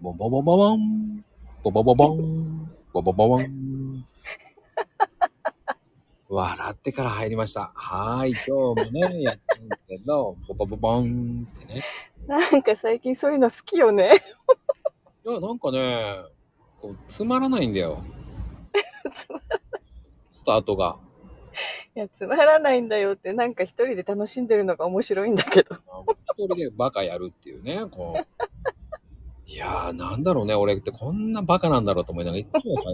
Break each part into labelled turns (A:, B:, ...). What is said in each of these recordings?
A: ボンボンボンボンボン。ボンボンボンボン。ボンボンボンボン。笑ってから入りました。はーい、今日もね、 やってるんだけど、ボンボンボンボンってね。
B: なんか最近そういうの好きよね。
A: いや、なんかね、こうつまらないんだよ、スタートが。
B: いや、つまらないんだよって、なんか一人で楽しんでるのが面白いんだけど。
A: あの一人でバカやるっていうね、こう。いやー、なんだろうね、俺ってこんなバカなんだろうと思いながら、いつもさ、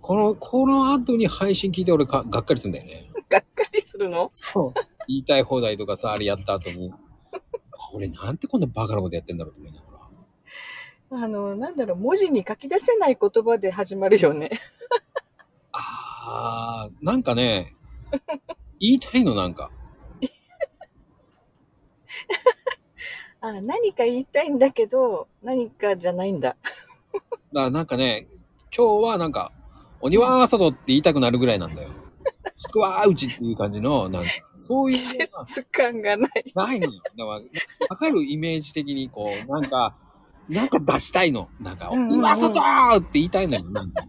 A: この、この後に配信聞いて俺かがっかりするんだよね。
B: がっかりするの
A: そう。言いたい放題とかさ、あれやった後に、俺なんてこんなバカなことやってんだろうと思いながら。
B: あの、なんだろう、文字に書き出せない言葉で始まるよね。
A: あー、なんかね、言いたいのなんか。
B: あ、何か言いたいんだけど、何かじゃないんだ。
A: だからなんかね、今日はなんか、鬼は外って言いたくなるぐらいなんだよ。宿はうちっていう感じの、なんか、そういう
B: 季
A: ような
B: 節感がない。
A: ないのよ。だから、わかるイメージ的に、こう、なんか、なんか出したいの。なんか、
B: うんうんうん
A: 今外ーって言いたいのよ。なんか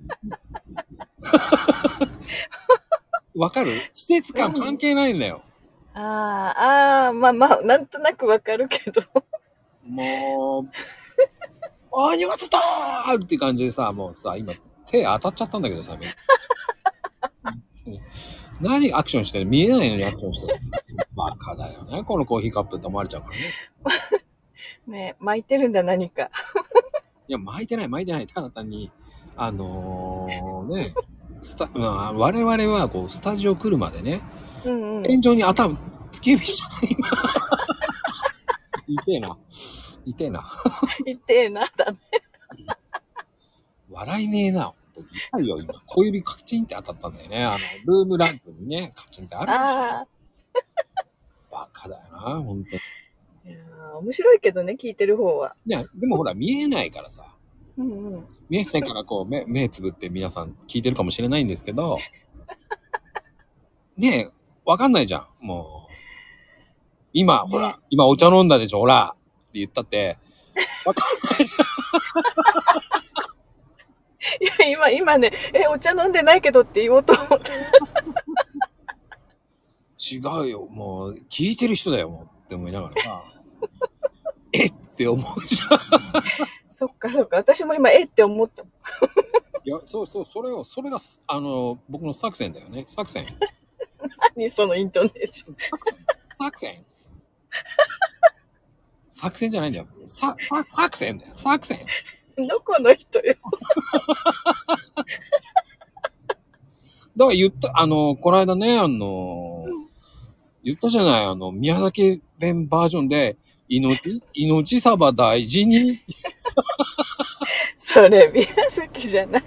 A: わかる季節感関係ないんだよ。
B: あーあー、まあまあ、なんとなくわかるけど。
A: もう、あー、今外ーって感じでさ、もうさ、今、手当たっちゃったんだけどさ、今何アクションしてる見えないのにアクションしてる。バカだよね。このコーヒーカップって思われちゃうからね。
B: ね巻いてるんだ、何か。
A: いや、巻いてない、巻いてない。ただ単に、あのー、ね、スタ、まあ、我々は、こう、スタジオ来るまでね、
B: うんうん。
A: 天井に頭、突き指しちゃった、今。痛えな。痛えな。
B: 言ってえな、だね。
A: 笑いねえな。本当に痛いよ、今。小指カチンって当たったんだよね。あの、ルームランプにね、カチンってある。
B: ああ。
A: バカだよな、本当に。
B: いやー面白いけどね、聞いてる方は。
A: いや、でもほら、見えないからさ。
B: うんうん。
A: 見えないからこう目目つぶって皆さん聞いてるかもしれないんですけど、ねえ、わかんないじゃん。もう、今、ほら、今お茶飲んだでしょ、ほら、って言ったって、
B: いや、今、今ね、え、お茶飲んでないけどって言おうと思った。
A: 違うよ、もう、聞いてる人だよ、もう、って思いながらさ、えって思うじゃん。
B: そっかそっか。私も今、えって思った。
A: いや、そうそう、それを、それがす、あの、僕の作戦だよね。作戦。
B: 何そのイントネーション。
A: 作戦作戦じゃないんだよ。さ、さ作戦だよ。作戦。
B: どこの人よ。
A: だから言った、あの、この間ね、あの、言ったじゃない、あの、宮崎弁バージョンで、命、命さば大事に、
B: それ、宮崎じゃない。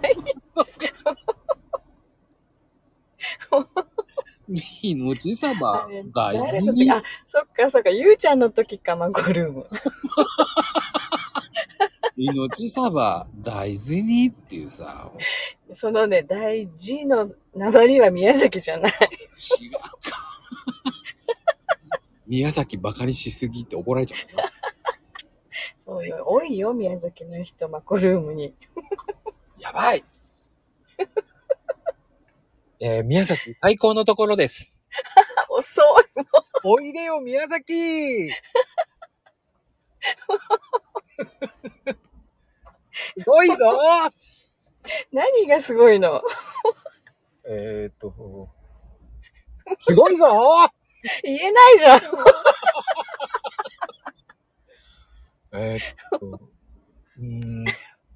A: 命さば大
B: 誰
A: 事
B: の時
A: に。
B: あ、そっかそっか。ゆうちゃんの時か、マゴルーム。
A: 命さば大事にっていうさ、
B: そのね、大事の鉛は宮崎じゃない。
A: 違うか。宮崎バカにしすぎって怒られちゃうな。
B: そうよ。多いよ、宮崎の人、マゴルームに。
A: やばいえー宮崎最高のところです。
B: あ遅い。
A: おいでよ、宮 崎すごいぞ
B: 何がすごいの
A: えーっと、すごいぞ
B: 言えないじゃん。
A: えーっと、うーん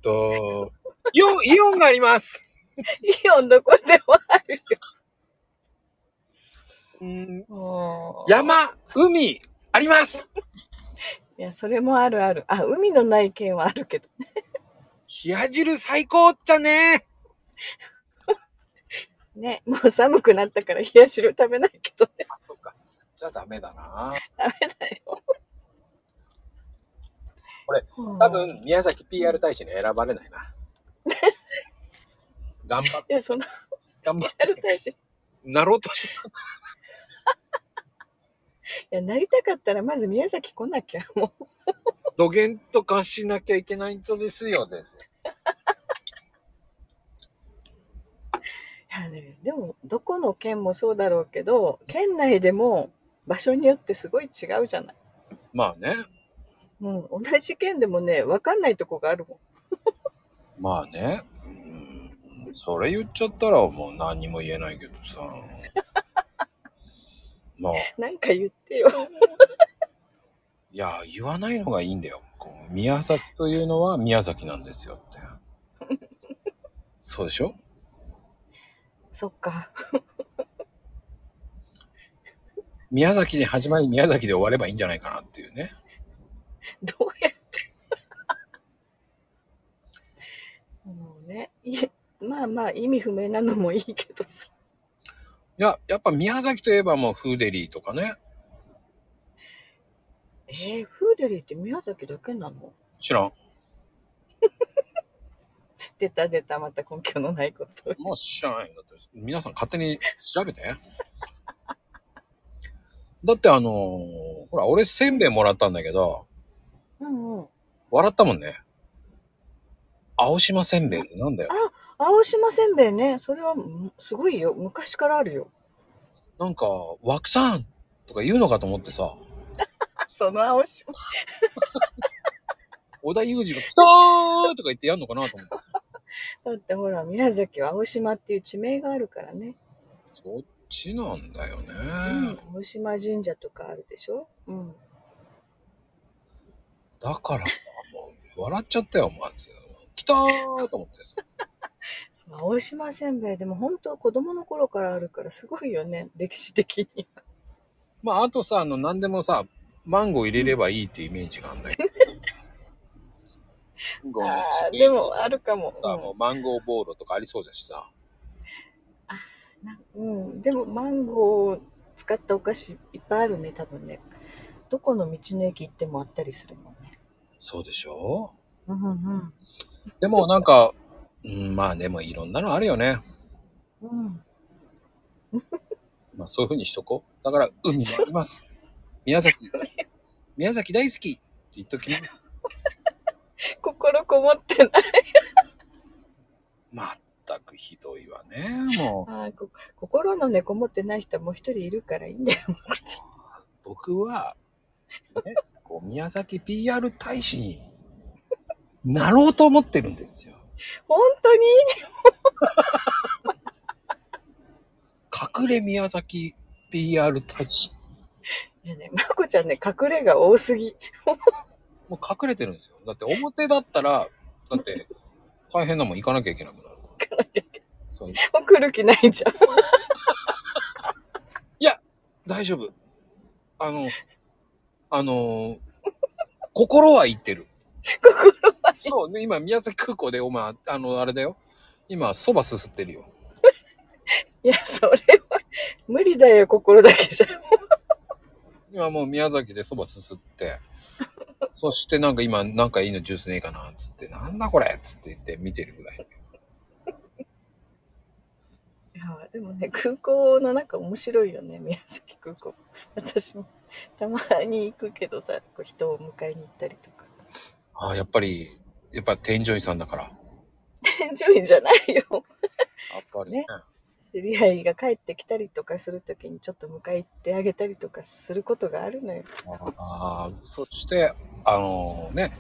A: と、イオン、イオンがあります
B: イオンどこでもある
A: うーん
B: よ。もう
A: 山、海、あります
B: いや、それもあるある。あ、海のない県はあるけど。
A: 冷や汁最高っちゃね
B: ね、もう寒くなったから冷や汁食べないけどね。
A: あ、そっか。じゃあダメだな
B: ダメだよ。
A: これ
B: うん、
A: 多分、宮崎 PR 大使に選ばれないな。 頑張っ
B: いや、その、
A: 頑張っ
B: やる大使。
A: なろうとしてた。
B: や、なりたかったらまず宮崎来なきゃ、もう。
A: どげんとかしなきゃいけない人ですよ、です。
B: いやね、でも、どこの県もそうだろうけど、県内でも場所によってすごい違うじゃない。
A: まあね。
B: うん、同じ県でもね、わかんないとこがあるもん。
A: まあね。うんそれ言っちゃったらもう何にも言えないけど さ。まあ、
B: なんか言ってよ。
A: いや、言わないのがいいんだよ。こう宮崎というのは宮崎なんですよって。そうでしょ
B: そっか。
A: 宮崎で始まり宮崎で終わればいいんじゃないかなっていうね。
B: どうやって。 もうね、いまあまあ意味不明なのもいいけどさ。
A: いや、やっぱ宮崎といえばもうフーデリーとかね。
B: えー、フーデリーって宮崎だけなの
A: 知らん。
B: 出た出た、また根拠のないことを。
A: もう知らないんだって。皆さん勝手に調べて。 だってあのーほら、俺せんべいもらったんだけど、
B: うんうん。
A: 笑ったもんね。青島せんべいってなんだよ。
B: 青島せんべいね、それはむすごいよ。昔からあるよ。
A: なんか、枠さんとか言うのかと思ってさ、
B: その青島。
A: 小田裕二が来たーとか言ってやんのかなと思ってさ。
B: だってほら、宮崎は青島っていう地名があるからね。
A: そっちなんだよね。
B: うん。青島神社とかあるでしょうん。
A: だから、もう、笑っちゃったよ、まず。来たーと思ってさ。
B: そう青島せんべいでも本当子供の頃からあるからすごいよね歴史的には
A: まあ、あとさ、あの、何でもさ、マンゴー入れればいいっていうイメージがあるんだ けど。マンゴーの
B: あー
A: 種類
B: でもあるかも
A: さ、もうマンゴーボーロとかありそうだしさ。
B: うん、うんでもマンゴーを使ったお菓子いっぱいあるね多分ねどこの道の駅行ってもあったりするもんね
A: そうでしょ
B: うんうん
A: でもなんか、うん、まあでもいろんなのあるよね。
B: うん
A: まあそういうふうにしとこう。だから、海もあります。 宮崎、宮崎大好きって言っときます。
B: 心こもってない
A: まったくひどいわね。もう、
B: あーこ心のねこもってない人はもう一人いるからいいんだよ もうこっち
A: 僕は、ね、こう宮崎 PR 大使になろうと思ってるんですよ。
B: 本当に
A: 隠れ宮崎 PR 大使。
B: いやねまこちゃんね隠れが多すぎ
A: もう隠れてるんですよ。だって表だったら、だって大変なもん行かなきゃいけなくなるから。そう
B: もう来る気ないじゃん
A: 大丈夫。あの、あのー心は言ってる。
B: 心
A: そう、ね、今宮崎空港でお前、あの、あれだよ。今、蕎麦すすってるよ。
B: いやそれは 無理だよ心だけじゃ
A: 今もう宮崎でそばすすって、そしてなんか今なんかいいのジュースねえかなっつって、なんだこれっつって言って見てるぐらい。
B: いやでもね空港の中面白いよね宮崎空港 私もたまに行くけどさこう人を迎えに行ったりとか
A: ああ、やっぱり、やっぱ添乗員さんだから。や
B: 添乗員じゃないよ
A: っぱりね。
B: ね知り合いが帰ってきたりとかするときにちょっと迎え行ってあげたりとかすることがあるのよ
A: ああ、そして、あのね、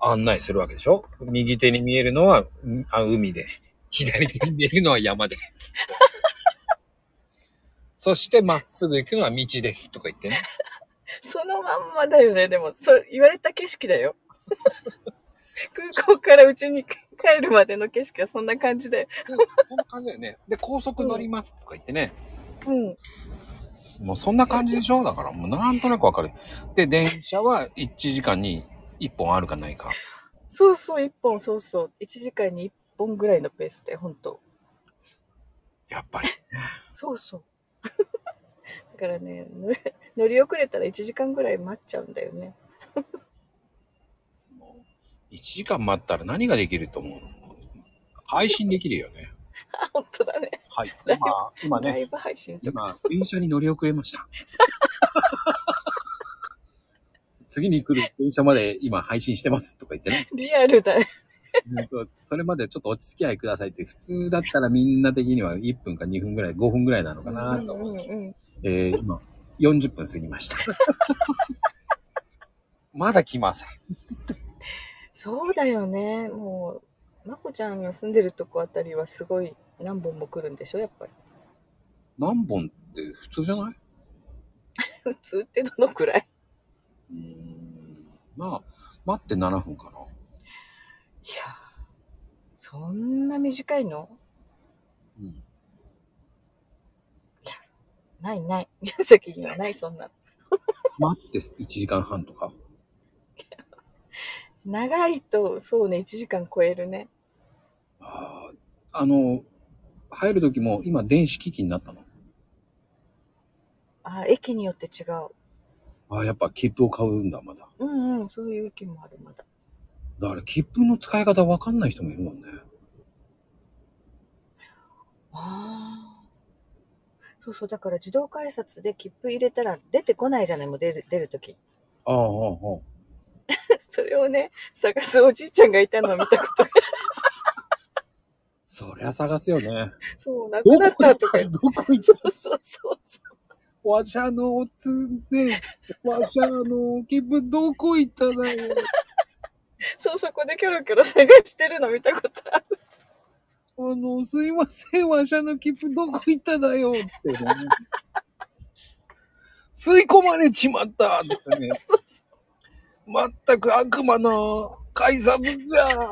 A: 案内するわけでしょ右手に見えるのはうんあ海で、左手に見えるのは山で。そして、まっすぐ行くのは道ですとか言ってね。
B: そのまんまだよねでもそう言われた景色 だよ空港からうちに帰るまでの景色はそんな感じで
A: そんな感じだよね。で、高速乗りますとか言ってね。
B: うん
A: もうそんな感じでしょだからもうなんとなくわかる。で、電車は1時間に1本あるかないか。
B: そうそう1本そうそう1時間に1本ぐらいのペースで本当
A: やっぱり。
B: そうそう。 だからね 乗り、乗り遅れたら1時間ぐらい待っちゃうんだよね。
A: 1時間待ったら何ができると思うの配信できるよね。
B: あ、本当だね。
A: はい。今、今
B: ラ
A: ね、
B: イブ配信とか。
A: 今、電車に乗り遅れました。次に来る電車まで今配信してますとか言って ね。
B: リアルだね。
A: えっとそれまでちょっとお付き合いくださいって、普通だったらみんな的には1分か2分ぐらい、5分ぐらいなのかなと
B: う
A: 思う。
B: んうんうん
A: えー、今、40分過ぎました。まだ来ません。
B: そうだよね。もう、まこちゃんが住んでるとこあたりはすごい何本も来るんでしょ、やっぱり。
A: 何本って普通じゃない
B: 普通ってどのくらい
A: うん。まあ、待って7分かな。
B: いやー、そんな短いの
A: うん。
B: ないない。 宮崎にはない、そんなの。
A: 待って1時間半とか。
B: 長いと、そうね、1時間超えるね。
A: ああ、あの、入る時も今電子機器になったの。
B: あ、駅によって違う。
A: ああ、やっぱ切符を買うんだ、まだ。
B: うんうん、そういう駅もある、まだ。
A: だから切符の使い方わかんない人もいるもんね。
B: ああ。そうそう、だから自動改札で切符入れたら出てこないじゃない、もう出る、出るとき。
A: ああ、ああ、ああ。
B: それをね、探すおじいちゃんがいたのを見たことが。
A: そりゃ探すよね。
B: そう、なく
A: どこ行
B: なっ
A: った
B: たと
A: ど
B: か。
A: こ行った
B: そうそうそうそ
A: わしゃのつね、わしゃの気分どこ行っただよ。
B: う。そう、そこでキョロキョロ探してるの見たことある。
A: あの、すいません、わしゃの切符どこ行っただよってね。吸い込まれちまったってね。
B: そうそう。
A: まったく悪魔の改札じゃ
B: 熊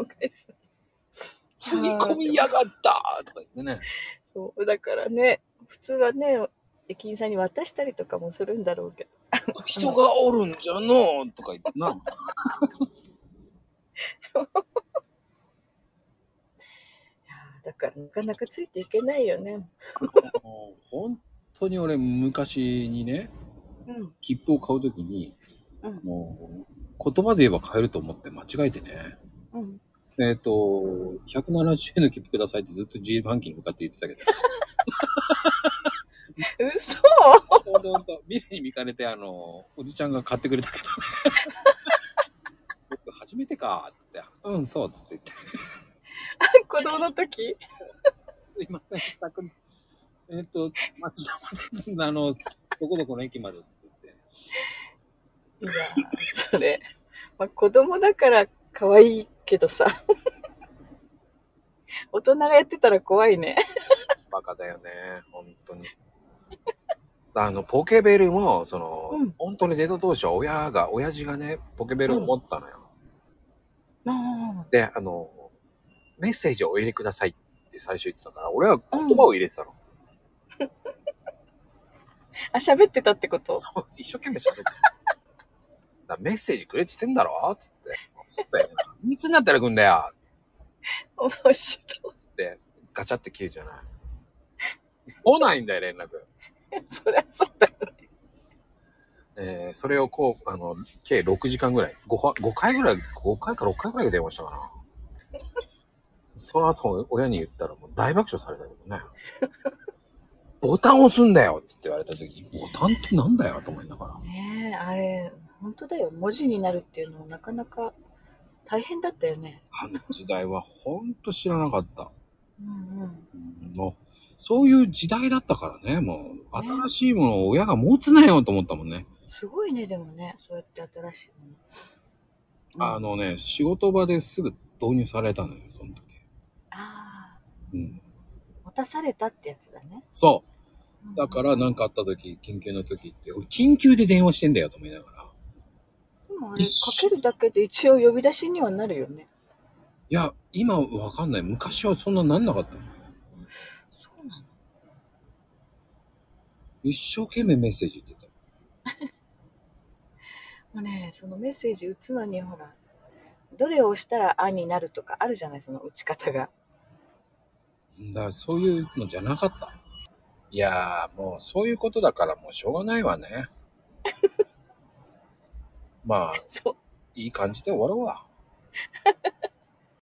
B: の会社。
A: 吸い込みやがったとか言ってね。
B: そう、だからね、普通はね、駅員さんに渡したりとかもするんだろうけど。
A: 人がおるんじゃのうとか言ってな。
B: いやーだからなかなかついていけないよね。
A: もう本当に俺昔にね、
B: うん。
A: 切符を買うときに、
B: うん
A: もう言葉で言えば買えると思って間違えてね。
B: うん。
A: えっ、と、170円の切符くださいってずっと自販機に向かって言ってた けど、
B: 嘘
A: ほんとほんとビルに見かれて、あの、おじちゃんが買ってくれたけどね。僕初めてかって言って、うん、そうっつって言って、
B: 子供の時
A: すいません、全くえっ、と、町田まで、あの、どこどこの駅までって言って、
B: いやーそれ。まあ、子供だから可愛いけどさ。大人がやってたら怖いね。
A: バカだよね、本当に。あの、ポケベルも、その、
B: うん
A: 本当に出た当初は親が、親父がね、ポケベルを持ったのよ。
B: あ
A: で、あの、メッセージをお入れくださいって最初言ってたから、俺は言葉を入れてたの。
B: あ、喋ってたってこと
A: そう一生懸命喋ってた。だメッセージくれって言ってんだろつって。つって、いつになったら来んだよ
B: 面白
A: つって、ガチャって切るじゃない。来ないんだよ、連絡。
B: い。そりゃそうだよ。
A: えー、それをこう、あの、計6時間ぐらい。5, 5回ぐらい、5回か6回ぐらい電話 したかな。その後、親に言ったらもう大爆笑されたけどね。ボタン押すんだよって言われた時に、ボタンってなんだよと思いながら。
B: ねえ、あれ、本当だよ。文字になるっていうのはなかなか大変だったよね。
A: あの時代はほんと知らなかった。
B: うんうん。
A: うんもう、そういう時代だったからね、もう、新しいものを親が持つなよと思ったもんね。
B: すごいね、でもね。そうやって新しいの。
A: あのね、仕事場ですぐ導入されたのよ、その時。
B: あ
A: うん。
B: ー持たされたってやつだね。
A: そう。
B: うん
A: だから何かあった時、緊急の時って、俺緊急で電話してんだよと思いながら。
B: でもあれ、か
A: 一緒
B: けるだけで一応呼び出しにはなるよね。
A: いや、今わかんない。昔はそんななんなかったの。
B: そうなの
A: 一生懸命メッセージ言ってた。
B: もうね、そのメッセージ打つのに、ほら、どれを押したらあになるとかあるじゃない、その打ち方が。
A: だからそういうのじゃなかった。いやー、もうそういうことだからもうしょうがないわね。まあ、
B: そう。
A: いい感じで終わろうわ。